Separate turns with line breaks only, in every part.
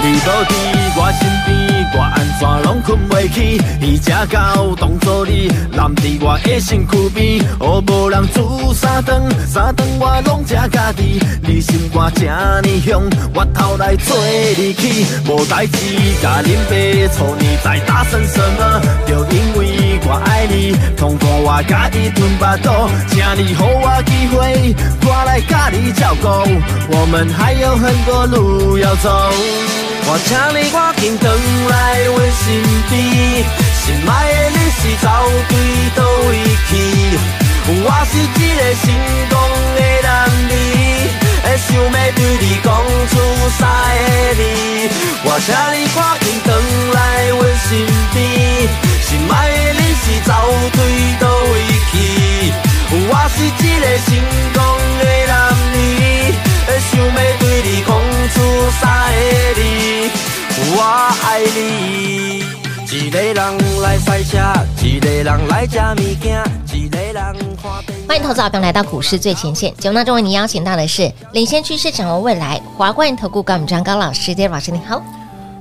你无伫我身边，我安怎拢困袂去？伊只狗当作你，揽伫我的身躯边。哦，无人煮三顿，三顿我拢食家己。你心肝这呢香，我头来做你去。无代志，甲恁爸醋你在打算什么？就因为我爱你，通过我家己吞巴肚，请你给我机会，我来甲你照顾。我们还有很多路要走。我请你我紧回来阮身边，心爱的你是走对倒位去？我是一个成功的男儿，会想要对你讲出三个字。我请你我紧回来阮身边，心爱的你是走对倒位去？我是一个成功的男儿。想要对你讲出三个字，我爱你。一个人来赛车，一个人来吃物件，一个人看电
欢迎投资好朋友来到股市最前线节目当中，为您邀请到的是领先趋势、掌握未来华冠投顾高敏章高老师，David 老师您好。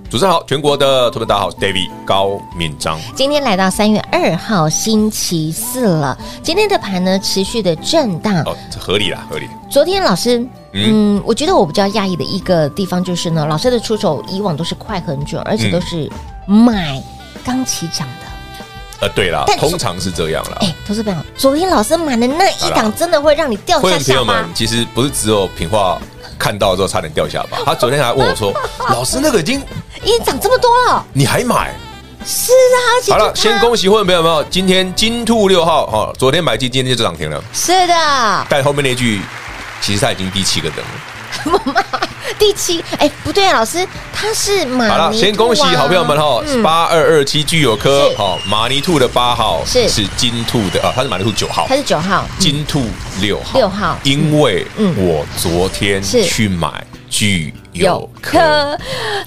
主持人好，全国的同胞大家好我是，David 高敏章。
今天来到三月二号星期四了，今天的盘呢持续的震荡。
哦，这合理啦，合理。
昨天老师，嗯，我觉得我比较讶异的一个地方就是呢，老师的出手以往都是快很准，而且都是买刚起涨的。
呃，对啦
但，是
通常是这样啦。
哎、投资朋友，昨天老师买的那一
好
档
啦
真的会让你掉
会
下
员朋
下
友
巴
们，，其实不是只有品化看到之后差点掉下巴，他昨 天还问我说：“老师，那个已经
已经涨这么多了。
你 还买
是啊，而？”且
好了，
就它
先恭喜会员朋友们哦，今天金兔六号哈、哦，昨天买进，今天就涨停了。
是的，
但后面那句，其实它已经第七个灯了。
第七，哎、不对、啊，老师他是马尼、
好了，先恭喜好朋友们哈，
嗯
八二二七具有科
啊是
好马尼兔的八号
是
是金兔的啊，它是马尼兔九号
他，是九号，
金兔六号，
六号
因为
嗯
我昨天
是
去买具有
有
科，
科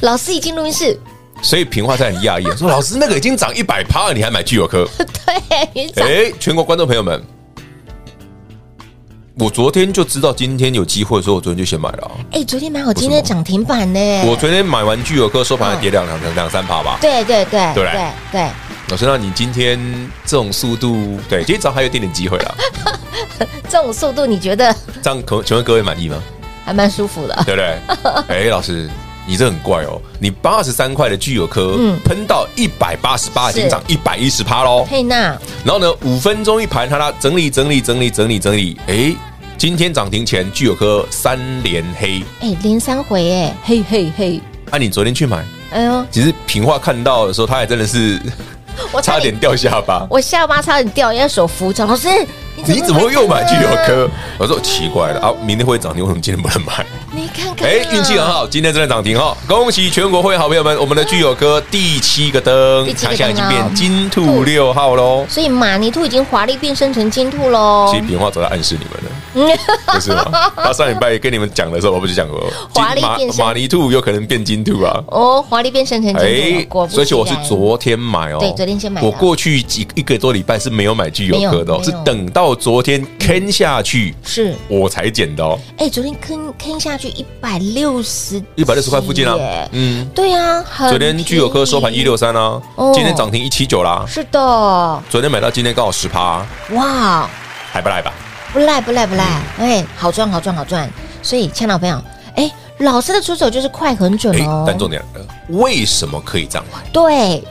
老师一进录音室，
所以平花才很讶异，啊说老师那个已经涨一百趴了，你还买具有科？
对，涨
哎，全国观众朋友们，我昨天就知道今天有机会，所以我昨天就先买了啊。
哎、昨天买好今天的涨停板呢。
我昨天买完具有科收
嗯
盘还跌两两两三趴吧，
对对对
对不对
对对，
老师，那你今天这种速度，对，今天早上还有一点点机会 啦。
这种速度你觉得
这样可请问各位满意吗？
还蛮舒服的。
对不对？ 哎、老师，你这很怪哦，你八十三块的聚友科
嗯
喷到一百八十八，已经
是
涨一百一十趴喽。
佩娜
然后呢，五分钟一盘，它它整理整理整理整理整理，哎，今天涨停前聚友科三连黑，
哎、连三回哎，嘿嘿嘿，
啊，你昨天去买，
哎呦，
其实平话看到的时候，它还真的是
我
差点掉下巴。
我下巴差点掉，要手扶着。老师，
你怎么
会
又买聚友
这样啊？
科？我说奇怪了啊，明天会涨停，为什么今天不能买？
你看看， 啊
哎，运气很。好，今天真的涨停哦！恭喜全国会好朋友们，我们的聚友哥第七个灯，
第七个灯哦
它现在已经变金兔六号喽。
所以马尼兔已经华丽变身成金兔喽
其实。平话早在暗示你们了，不是 吗？他上礼拜跟你们讲的时候，我不是讲过，
华丽
金马
变身
马尼兔有可能变金兔啊？哎
哦，华丽变身成金兔了，果不
所以我是
其然
昨天买哦，
对昨天先买的
我过去几一个多礼拜是没有买聚友哥的哦，
没有没有
是等到昨天坑下去
是
我才捡的哦，
哎、昨天坑坑下去一百六十
一百六十块附近啊，嗯。
对啊，很
昨天聚友科收盘一六，三啊
嗯哦，
今天涨停一七九啦，
是的，
昨天买到今天刚好十趴，
哇，
还不赖吧？
不赖不赖不赖，哎、好赚好赚好赚，所以，亲爱的朋友，哎、老师的出手就是快很准
哎
哦，，
但重点来了，为什么可以这样买？
对，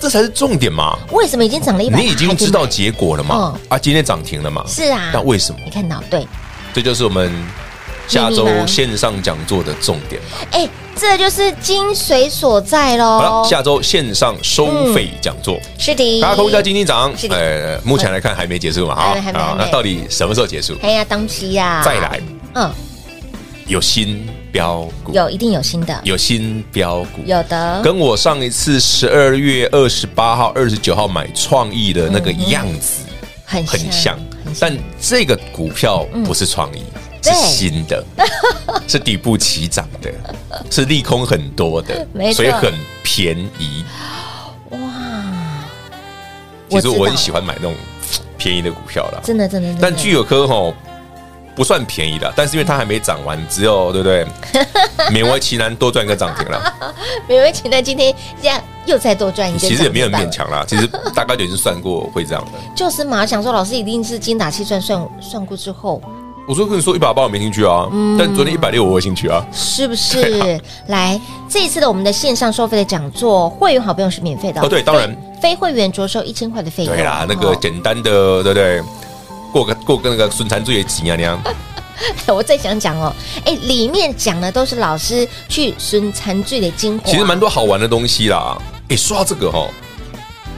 这才是重点嘛！
为什么已经涨了一百？嗯
你已经知道结果了嘛？啊，今天涨停了嘛？
是啊，
那为什么？
你看到对，
这就是我们下周
秘密吗
线上讲座的重点嘛。
哎、这就是精髓所在
好了，
喽。
下周线上收费讲座，
是的，
大家空一下金金涨
嗯是。的嗯
呃，目前来看还没结束嘛？啊
还
好
没还没还
好
没
那到底什么时候结束？
哎呀，当期呀、
再来，
嗯，
有新标股，
有一定有新的，
有新标股，
有的，
跟我上一次十二月二十八号、二十九号买创意的那个样子
很
很像，
嗯很像嗯
但这个股票不是创意，是
对
新的， 是底部起涨的，是利空很多的
没，错
所以很便宜。
哇！
其实
知道
我很喜欢买那种便宜的股票啦，
真的真的，真的
但聚友科吼不算便宜的，但是因为它还没涨完，只有对 不对？勉为其难多赚一个涨停了，
美味期待今天这样又再多赚一根，
其实也没有很勉，强啦。其实大概点是算过 会这样的。
就是嘛，想说老师一定是精打细算算算过之后，
我说跟你说一百八我没兴趣啊，但昨天一百六我有兴趣啊。
嗯是不是？来，这一次的我们的线上收费的讲座，会员好朋友是免费的
哦，对，当然
非会员着收一千块的费用。
对啊啦，那个
哦
简单的对不对？过个过个那个顺产最也紧啊，娘。
我再想讲哦，哎，里面讲的都是老师去孙残罪的精华，
其实蛮多好玩的东西啦。哎，说到这个哈，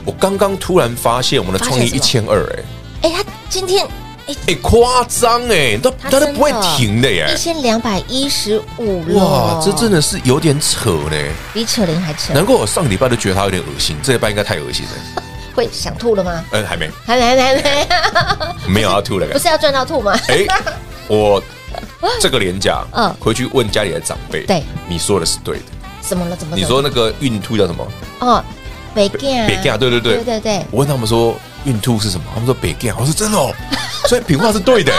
我刚刚突然发现我们的创意一
发
千二，哎
哎，他今天
哎，夸张哎，都
它
它都
真
不会
的
停的耶。
一千两百一十五
哎哇，这真
的
的是有点扯呢！
比扯铃还扯，
难怪我上个礼拜都觉得他有点恶心，这礼拜应该太恶心 了。
会想吐了吗？
嗯，还没，
还没还没还没，
没有要吐了
不。是要赚到吐 吗？
哎，我这个廉价，嗯
嗯，
回去问家里的长辈，
对，
你说的是对的。
怎么了？怎么了？
你说那个孕吐叫什么？
哦，北京啊，
北干，对对对
对对对，
我问他们说孕吐是什么，他们说北干，我说真的哦，所以平话 是对的。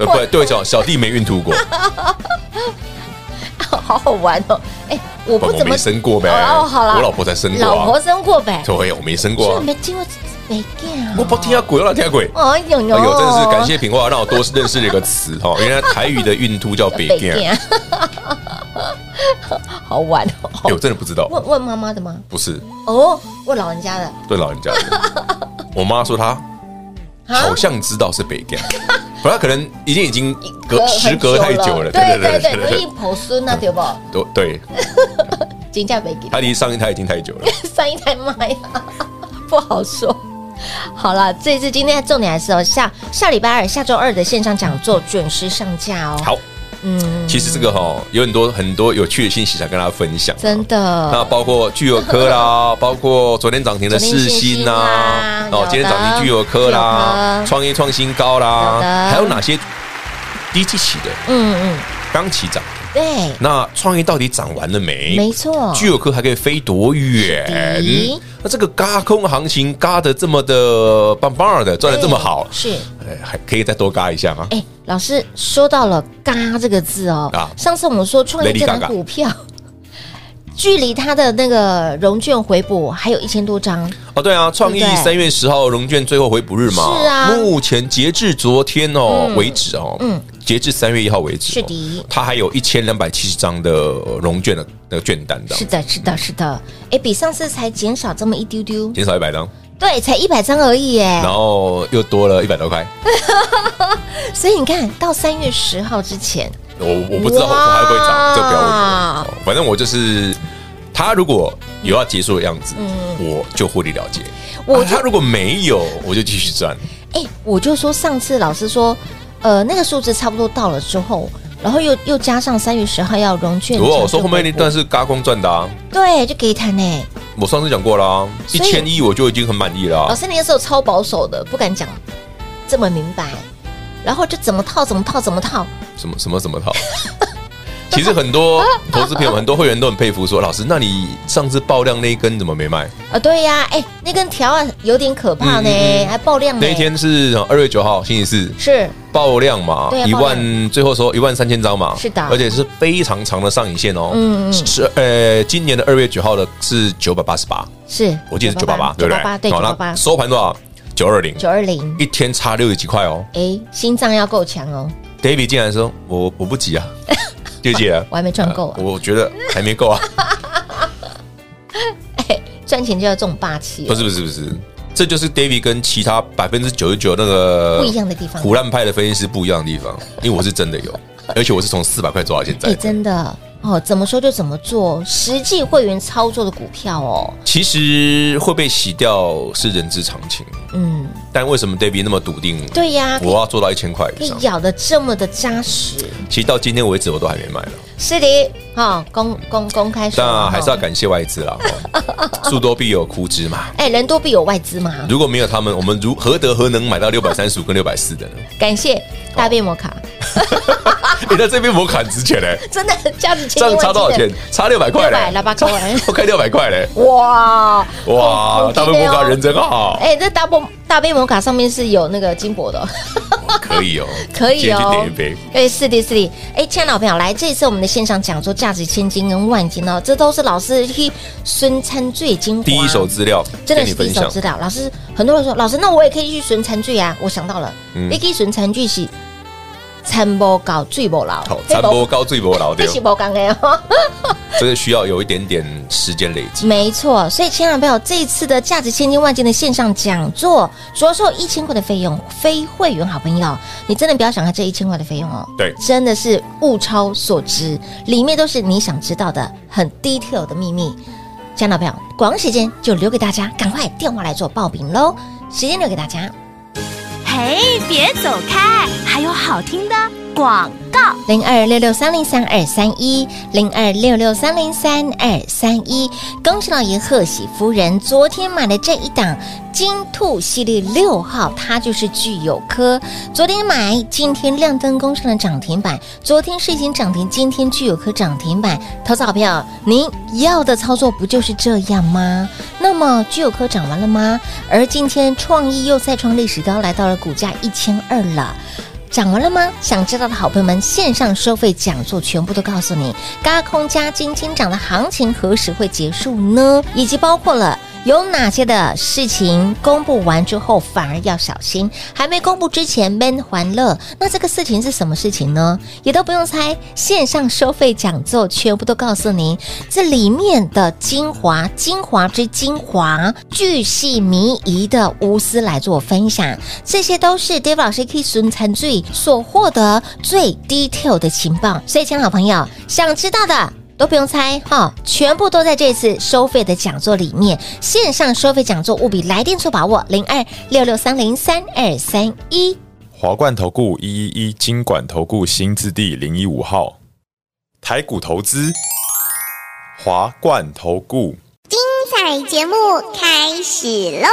呃，不对，小小弟没孕吐过，
好好玩哦！哎，我不
我
怎么
没生过呗。
哦，好了，
我老婆才生过
老
啊
婆。生过呗，
对，我没生
所以
过啊
你，没经过北京啊，
我不听下鬼，我哪听下鬼。
哎呦呦，
哎呦，真的是感谢平话，让我多认识了一个词哦。原来台语的孕吐叫北京，哎
啊， 好玩哦！好
哎我真的不知道，
问问妈妈的吗？
不是
哦，问老人家的，
对老人家的。我妈说她
啊
好像知道是北京， 不然她可能已经已经 隔
很
时隔太久了。
对对对，容易婆孙那对不？
对对，
金价没给，
她离上一胎已经太久 了。
上一台卖啊，不好说。好了，这次今天的重点还是哦，下下礼拜二、下周二的线上讲座准时上架哦。
好，
嗯，
其实这个哈有很多很多有趣的信息想跟大家分享。啊
真
那
的，
包括聚友科 啦，包括昨天涨停的世新啦，
昨天世新啦有的
今天涨停聚友科啦
聚友，科
创业创新高啦
有，的
还有哪些低基起的
嗯嗯，
刚起涨？
对，
那创业到底涨完了没？
没错，
聚友科还可以飞多远
啊是的？
那这个嘎空行情嘎的这么的棒棒的，赚的这么好
对，是。
哎，还可以再多嘎一下吗？
哎，老师说到了“嘎”这个字哦，
啊
上次我们说创业
Lady
这档
Gaga
股票，距离它的那个融券回补还有一千多张，
哦，对啊，创意
对不对
三月十号融券最后回补日嘛，
是啊
目前截至昨天哦、
嗯
为止哦，
嗯
截至三月一号为止、哦，
是的
它还有一千两百七十张的呃融券的那个券单的
是，的，是的，是的，哎，比上次才减少这么一丢丢，
减少一百张，
对，才一百张而已耶
然。后又多了一百多块，
所以你看到三月十号之前，
我我不知道它还会不会涨，
哇
这个不要问我、哦反正我就是。它如果有要结束的样子，我就获利了结。
嗯我
啊
就
它如果没有，我就继续赚。
哎，我就说上次老师说，呃，那个数字差不多到了之后，然后又又加上三月十号要融券，
如果哦我说后面那
一
段是嘎空赚的啊，
对，就给他呢。
我上次讲过啦，一
所以哦
千一我就已经很满意了啊。
老师，你那时候超保守的，不敢讲这么明白，然后就怎么套怎么套怎么套，
什么什么什么套？ 其实很多 投资朋友、很多会员都很佩服，说老师，那你上次爆量那一根怎么没卖？
啊，对呀、哎、那根条啊有点可怕呢，
嗯嗯嗯
还爆量呢。
那一天是哦二月九号，星期四，
是
爆量嘛
对，啊
一
爆
万最后说一万三千张嘛，
是的
而且是非常长的上影线哦。
嗯嗯
是呃，今年的二月九号的是九百八十八，
是，
我记得是九百八，对
九
不
八八对
对？
九八
那
八
收盘多少？九二零，
九二零。
一天差六十几块哦。
哎，心脏要够强哦，
David 进来说，我我不 急啊，姐姐，
我还没赚够啊
呃我觉得还 没够啊。
赚钱就要这种霸气
不
哦。
是不是不是，这就是 David 跟其他百分之九十九那个
不一样的地方
胡乱派的分析师不一样的地方，因为我是真的有，而且我是从四百块做到现在
哎，。真的，哦，怎么说就怎么做，实际会员操作的股票哦，
其实会被洗掉是人之常情，
嗯，
但为什么 David 那么笃定？
对呀
我要做到一千块
可
以
以
上。
咬得这么的扎实，
其实到今天为止，我都还没卖了。
是的，哈、哦，公公公开说，
但还是要
哦
感谢外 资啦，哦树多必有枯枝嘛。
哎，人多必有外资嘛，
如果没有他们，我们如何德何能买到六百三十五跟六百 四的呢？
感谢大变魔卡，
你在这边我砍值钱嘞，
真的价值千
这
金
样差多少钱？差六百块
600喇叭 扣
嘞
哎，
我开六百块嘞，
哇
哇，大分不高人。真好，
哎、这大波大杯摩卡上面是有那个金箔的哦、
可以哦，
可以
今天去
哦
点一杯。。
哎，是的，是的。哎，亲爱的老朋友，来这一次我们的线上讲座，价值千金跟万金哦，这都是老师去孙参最精华
第一手资料
真
跟
的
你
是第
分
一手
享，
资料。老师，很多人说，老师，那我也可以去存餐具啊。我想到了，
嗯
你可以存餐具是餐波搞最不老，
好，传播高最波老
这
对
不，是不刚的哦。
这个需要有一点点时间累积。
没错，所以亲爱的朋友，这一次的价值千金万金的线上讲座，着收一千块的费用，非会员好朋友，你真的不要小看这一千块的费用哦。
对
真的是物超所值，里面都是你想知道的很 detail 的秘密。亲爱的朋友，广告时间就留给大家，赶快电话来做报名喽，时间留给大家。
嘿，别走开，还有好听的广告。
零二六六三零三二三一，零二六六三零三二三一。恭喜老爷贺喜夫人，昨天买的这一档金兔系列六号，它就是聚友科。昨天买，今天亮灯攻上了涨停板，昨天世行涨停，今天聚友科涨停板。投资好朋友，您要的操作不就是这样吗？那么聚友科涨完了吗？而今天创意又再创历史高，来到了股价一千二了。涨完了吗？想知道的好朋友们，线上收费讲座全部都告诉你。嘎空加金金涨的行情何时会结束呢？以及包括了有哪些的事情公布完之后反而要小心，还没公布之前闷还乐。那这个事情是什么事情呢？也都不用猜，线上收费讲座全部都告诉您，这里面的精华、精华之精华，巨细靡遗的无私来做分享，这些都是 Dave 老师 K 孙参最所获得最 detail 的情报。所以，亲爱的朋友，想知道的。都不用猜哈、全部都在这次收费的讲座里面。线上收费讲座务必来电做把握，零二六六三零三二三一。
华冠投顾一一一金管投顾新字第零一五号，台股投资，华冠投顾。
彩节目开始喽！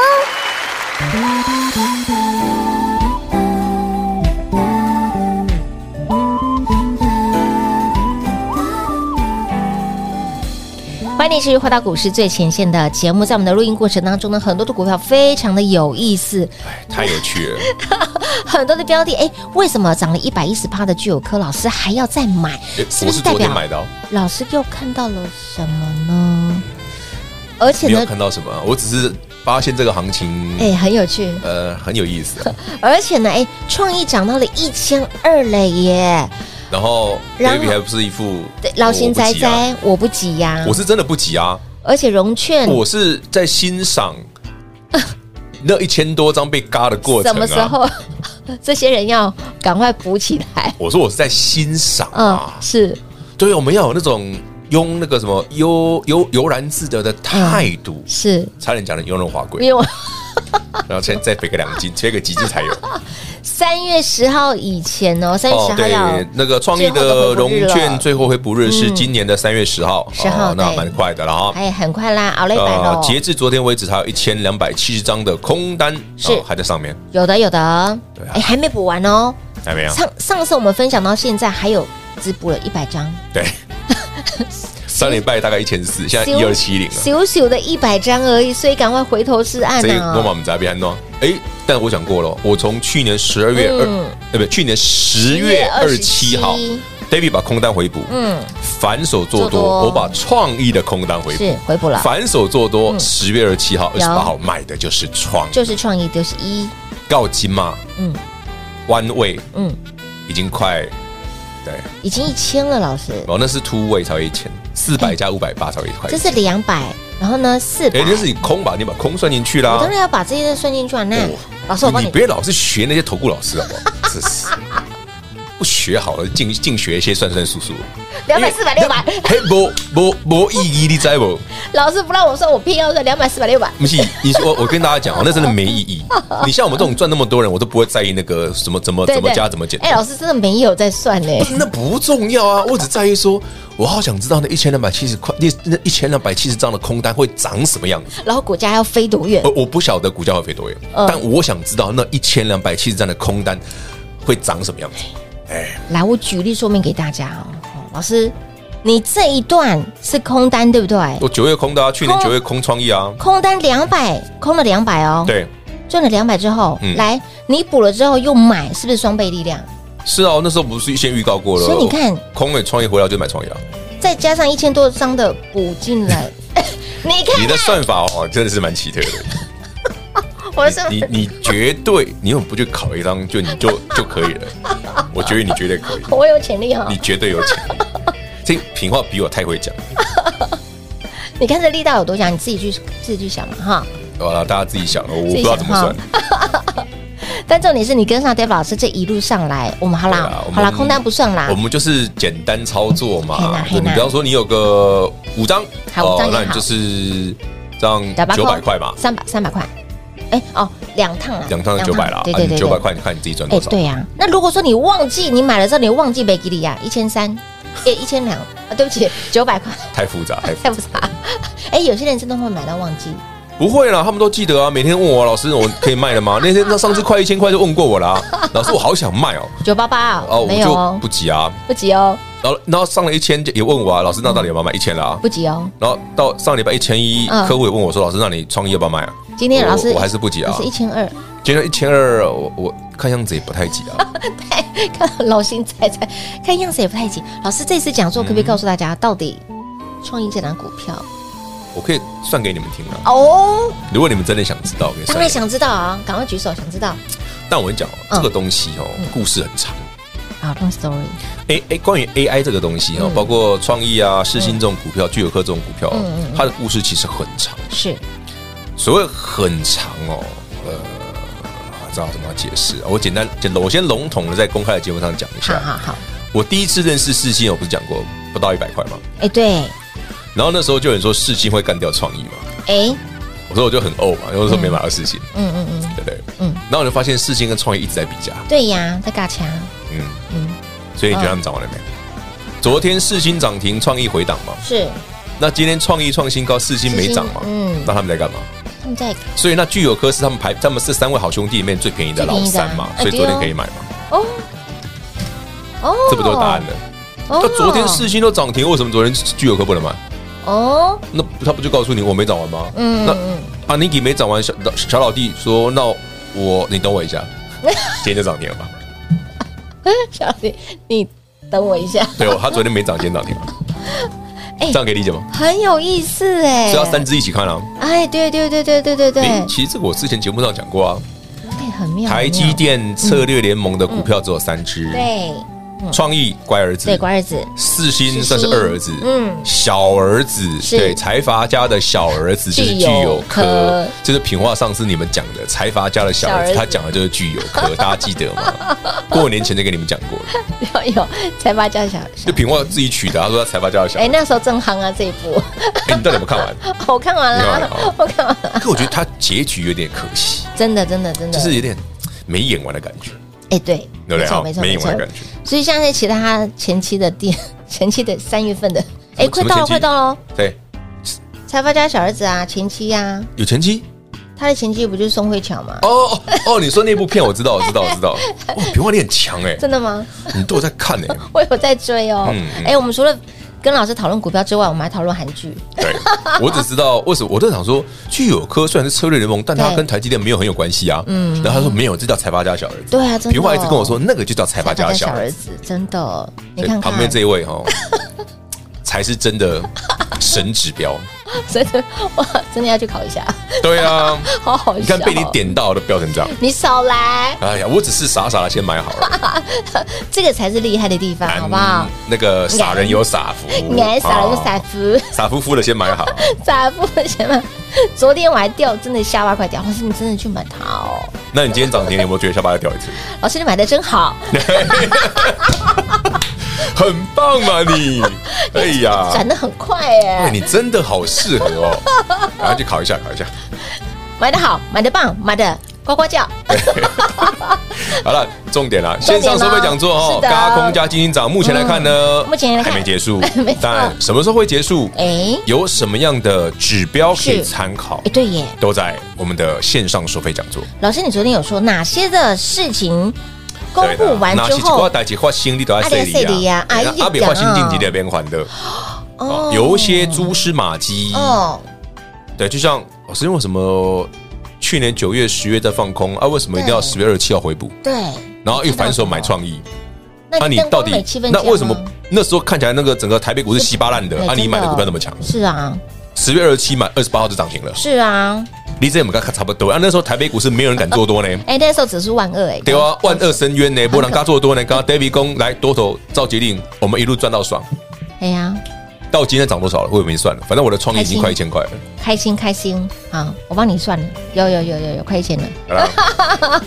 欢迎你持续回到股市最前线的节目，在我们的录音过程当中呢，很多的股票非常的有意思，
哎，太有趣了，
很多的标的，哎，为什么涨了一百一十趴的具有科老师还要再买
哎？
是
我
不
是
是代
昨天
表
买的哦，
老师又看到了什么呢？而且
没有
呢，
看到什么，我只是发现这个行情，
哎，很有趣，
呃，很有意思啊。
而且呢，哎，创意涨到了一千二了耶！
然后
然后
baby 还不是一副
对，劳心哉
我不急
哉，嗯我不急呀
啊，我。是真的不急啊，
而且融券
我是在 欣赏那一千多张被嘎的过程、
什
啊。
么时？候？ 这些人要赶快补起来。
我说我是在欣赏
嗯
啊，，
是
对，我们要有那种用那个什么悠悠悠然自得的态度，
是，
差点讲的雍容华
因
贵，
为我。
然后再再飞个两 斤，吹个几斤才有。
三月十号以前哦，三月十号
对
要、，
那个创
最
意
后
的
的回
融
补日了
券最后回补日是
嗯
今年的三月十号，哦
10号
那
对
蛮快的了哈。呃
哎，很快啦，熬了一百喽。
哦截至昨天为止，还有一千两百七十张的空单哦
是
还在上面，
有的有的，
对
哎、
啊
还没补完哦。
还
啊
没有？
上上次我们分享到现在，还有只补了一百张，
对，上礼拜大概一千四，现在
咻
一二七零了。
小小的一百张而已，所以赶快回头是岸
所以
啊、
我们在边弄，哎，但我讲过了，我从去年十二月二
嗯，
呃，不，去年十月二十七号，David 把空单回补，
嗯，
反手做
做多
多，我把创意的空单回
是
补，
回补了，
反手做多，十月二十七号、二
嗯有
十八号买的就是创意，
就是创意丢是一，
告金嘛，
嗯
弯位
嗯，
已经快，对，
已经一千了，老师，
哦，那是突位才会一千，四百加五百八才会一块
这
钱，
是两百，然后呢四百、
哎，那是你空吧，你把空算进去
我
啦
当。然要把这些算进去啊。那、
哦
老师，我帮
你
你
别老是学那些投顾老师好不好？真是。不学好了，净净学一些算算数数，
两百四百六百，
嘿，无无无意义，你知不？
老师不让我算，我偏要算两百四百六百。
不是，你说我我跟大家讲哦，那真的没意义。你像我们这种赚那么多人，我都不会在意那个什么怎么
对
怎么
对
加怎么减。
哎，老师真的没有在算 呢。
不是那不重要啊，我只在意说，我好想知道那一千两百七十块，那那一千两百七十张的空单会长什么样子。
然后股价还要飞多远
呃，？我不晓得股价会飞多远，
嗯
但我想知道那一千两百七十张的空单会长什么样子。
来，我举例说明给大家哦。哦老师，你这一段是空单对不对？
我九月空的啊，去年
空
九月空创意啊，
空单两百，空了两百哦。，
对，
赚了两百之后，
嗯
来你补了之后又买，是不是双倍力量？
是啊，那时候不是先预告过了，
所以你看，
空美创意回来我就买创意啊。
再加上一千多张的补进 来，你看
你的算法哦，真的是蛮奇特 的。
我是
你你绝对，你怎么不去考一张就你就就可以了？我觉得你绝对可以，
我有潜力哈、
你
你
绝对有 潜力。这品话比我太会讲，
看这力道有多强，你自己去自己去想嘛哈。
好了，大家自己想了，我不知道怎么算。
但重点是你跟上 Dave 老师这一路上来，我们好啦，
对啊我们
好啦，空单不算啦
我，们就是简单操作
嘿啦
嘛。
嘿
对
啦
你比方说，你有个五张，哦
好五张也好
那你就是这样
打
九百块嘛，
三百三百块，哎哦，两趟啊，
两趟就九百啦。嗯
对对对，
九百
对。
块，你看你自己赚
哎
多，少？
对啊，那如果说你忘记你买了之后，你忘记贝吉利亚啊一千三，哎一千两啊，对不 起，九百块
太复杂，太复 杂
太复杂。哎，有些人真的会买到忘记，
不会啦，他们都记得啊。每天问我老师，我可以卖 了吗？那天那上次快一千块就问过我啦。老师，我好想卖哦，
九八八
哦，
哦，
我
没有
就
哦，
不急啊。
不急哦，
然后然后上了一千也问我啊，老师，那到底有没有卖一千啦？
不急哦。
然后到上礼拜一千一
嗯，
客户也问我说，老师，那你创意要不要卖啊？
今天老师
我我还是不急啊
是一千二，
今天一千二，我我看样子也不太急啊。
看老心在在，看样子也不太急。老师这次讲座可不可
嗯
以告诉大家，到底创意这档股票
我可以算给你们听啊。
哦？
如果你们真的想知道，我可以
当
算给
然
你
想
们。
知道啊，赶快举手，想知道。
但我跟你讲哦，
嗯
这个东西哦，故事很长。啊
好，long story，
A A 关于 AI 这个东西哦，
嗯
包括创意啊、世新这种股票、聚友科这种股票哦
嗯嗯嗯，
它的故事其实很长。
是
所谓很长哦，呃，不知道怎么解释啊。我简单简，我先笼统的在公开的节目上讲一
好
下。
好好，
我第一次认识世新，我不是讲过不到一百块嘛，
哎对，
然后那时候就有人说世新会干掉创意嘛，
哎，
我说我就很怄嘛，因为我说没买到世新，
嗯嗯嗯，
对不对？
嗯
嗯。然后我就发现世新跟创意一直在比价，
对呀，在尬掐，
嗯
嗯
嗯。所以你觉得他们涨完了没？昨天世新涨停，创意回档嘛，
是
那今天创意创新高，世新没涨嘛
世，新嗯
那他们在干嘛？
他们在
所以那聚友科是他们排，他们是三位好兄弟里面最便宜的
最
老
便宜的啊
三嘛，
哎
所以昨
对
天
哦
可以买嘛。
哦哦，
这不都有答案了？
哦
那昨天世新都涨停，为什么昨天聚友科不能买？
哦，
那他不就告诉你我没涨完吗？
嗯
那
嗯，
阿尼基没涨完，小老小老弟说：“那我你等我 一下，今天就涨停了吧
小李，你等我一下，？”
对哦，他昨天没涨，今天涨停了，
哎
这样可以理解吗？
很有意思哎，
所以要三只一起看啊。
哎，对对对对对对
诶
对，
其实这个我之前节目上讲过啊，
哎，很妙。
台
很
积
妙
电策略联盟的股票只有三只，
嗯对
创意乖儿子
对，，乖儿子，
四星算是二儿子，
嗯
嗯，小儿子
是
对财阀家的小儿子就是
具
具
有
有
科
科，就是品话上次你们讲的财阀家的小儿
小儿
子，
子
他讲的就是具有科， 大家记得吗？过年前就跟你们讲过了。
有有财阀家小小
就。平话自己取的，他说他财阀家的小孩
哎，。那时候正夯啊这一部，
哎，你到底有没有看完？
我看完
你看完
了
了哦，
我看完了，
可我觉得他结局有点可惜，
真的真的真的，
就是有点没演完的感觉，
哎对，
对
没
不对？
错
哈
没错
没
没
演完的
错
感。觉。
所以现在其他前期的店， 前期的三月份的，哎，
什么
快到了
前期
快到了哦，
对，
财阀家小儿子啊，前期呀，
有前妻
他的前期不就是宋慧乔吗？
哦哦哦，你说那部片我知道，我知道，我知道。 哇，平话你很强哎，
真的吗？
你都有在看哎。
我有在追哦
嗯。嗯
哎，我们除了跟老师讨论股票之外，我们还讨论韩剧，
对，我只知道为什么我在想说，具有科虽然是策略联盟，但它
对
跟台积电没有很有关系啊。嗯，然后他说没有，这叫财阀家小儿子。
对啊真的
平话一直跟我说那个就叫财阀家的小儿子。
子，真的，哦你
对
看看
旁边这一位哈， 才是真的神指标。
真的， 我真的要去考一下，
对啊，
好好笑。哦
你看被你，点到都飙成这样。
你少来，
哎呀，我只是傻傻的先买好了，
这个才是厉害的地方，好不好
嗯？？那个傻人有傻福，
你还傻了个
哦
傻福，
傻乎乎的 先买好，
傻福什么？昨天我还掉，真的下巴快掉。老师，你真的去买它哦？
那你今天涨停，你有没有觉得下巴要掉一次？
老师，你买的真好，
很棒嘛 你！哎呀，
转的很快耶
哎，，你真的好适合哦， 然后去考一下，考一下。嗯
买的好，买的棒，买的呱呱叫。
好了，重点啦，
重
线
点啦
上收费讲座哦
是，的嗯
嘎空加基金涨，目前来看呢，
目前来看
还没结束
没错，
当然什么时候会结束？
哎
有什么样的指标可以
是
参考
哎，？对耶，
都在我们的线上收费讲座。
老师，你昨天有说哪些的事情公
对
布
啦
完
哪
之
是一
后
挂，代志，画心你都在
啊在
这
这里
里
啊
呀，
哎呀
阿别画新晋级的边还的，哦有一些蛛丝马迹。
哦，
对，就像老师为什么去年九月、十月在放空啊？为什么一定要
对
十月二十七号回补？
对，
然后又反手买创意，
那
你
灯
到
光
底
美气氛
那
佳吗
为什么那时候看起来那个整个台北股是稀巴烂的
哎，
啊？你
啊真
买的股票那么强，
是啊，
十月二十七买，二十八号就涨停了，
是啊，
离这我们刚差不多啊。那时候台北股市没有人敢做多呢，
哎，那时候只是万二哎，
对啊，万恶深渊呢，波浪嘎做多呢，刚刚 David 公来多头赵杰令，我们一路赚到爽。
哎呀，
到今天涨多少了？我也没算了，反正我的创意已经快一千块了。
开心开心，好，我帮你算了，有有有有有，快一千了。
好啦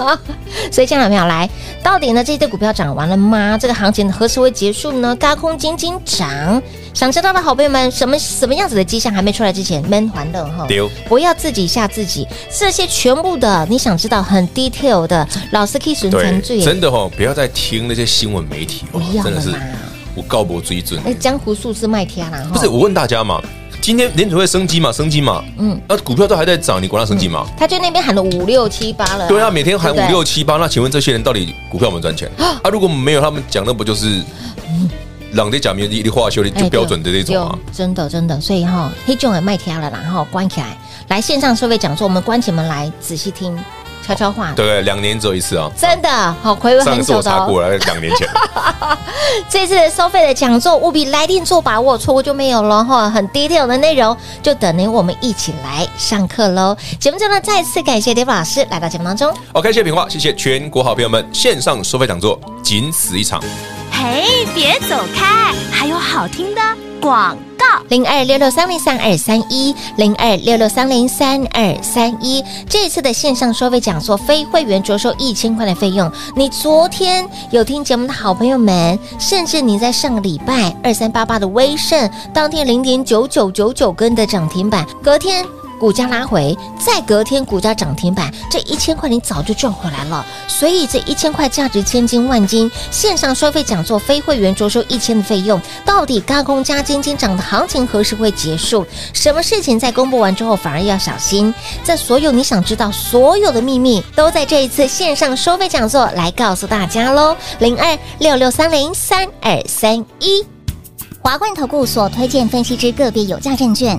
所以，亲爱的朋友，来，到底呢这一堆股票涨完了吗？这个行情何时会结束呢？高空金金涨，想知道的好朋友们，什么什么样子的迹象还没出来之前，闷还乐哈
对哦，
不要自己吓自己。这些全部的你想知道很 detail 的，老师可以顺程序
对，
耶，
真的哦，不要再听那些新闻媒体哦
不要，
真的是
了啦哎
我告博追准。
那江湖术士卖天啊啦哈。
不是，我问大家嘛，今天联储会升级嘛，升级嘛，
嗯
嗯，那股票都还在涨，你管它升级嘛？
他就那边喊了五六七八了，
对啊，每天喊
对
五
不对
六七八，那请问这些人到底股票有没有赚钱？啊，如果没有，他们讲的不就是朗的假面的化修的
哎
就标准的那种啊？
对真的真的，所以哈、黑种也卖天了啦，然后关起来，来线上收费讲座，我们关起门来仔细听，悄悄话。
对不对，两年只有一次啊。
真的好，回味
上
很
一次我
久的、
查
哦。
过了，两年前。
这次的收费的讲座，务必来电做把握，错过就没有了哈。很 detail 的内容，就等您我们一起来上课喽。节目中呢，再次感谢 d a 老师来到节目当中。
OK，谢谢平话，谢谢全国好朋友们，线上收费讲座仅此一场。
嘿，别走开，还有好听的广告。
零二六六三零三二三一零二六六三零三二三一。这次的线上收费讲座，非会员着收一千块的费用。你昨天有听节目的好朋友们，甚至你在上个礼拜二三八八的威盛，当天零点九九九九根的涨停板，隔天。股价拉回，再隔天股价涨停板，这一千块你早就赚回来了。所以这一千块价值千金万金，线上收费讲座非会员着收一千的费用，到底高空加金金涨的行情何时会结束？什么事情在公布完之后反而要小心？这所有你想知道所有的秘密，都在这一次线上收费讲座来告诉大家喽。零二六六三零三二三一。
华冠投顾所推荐分析之个别有价证券，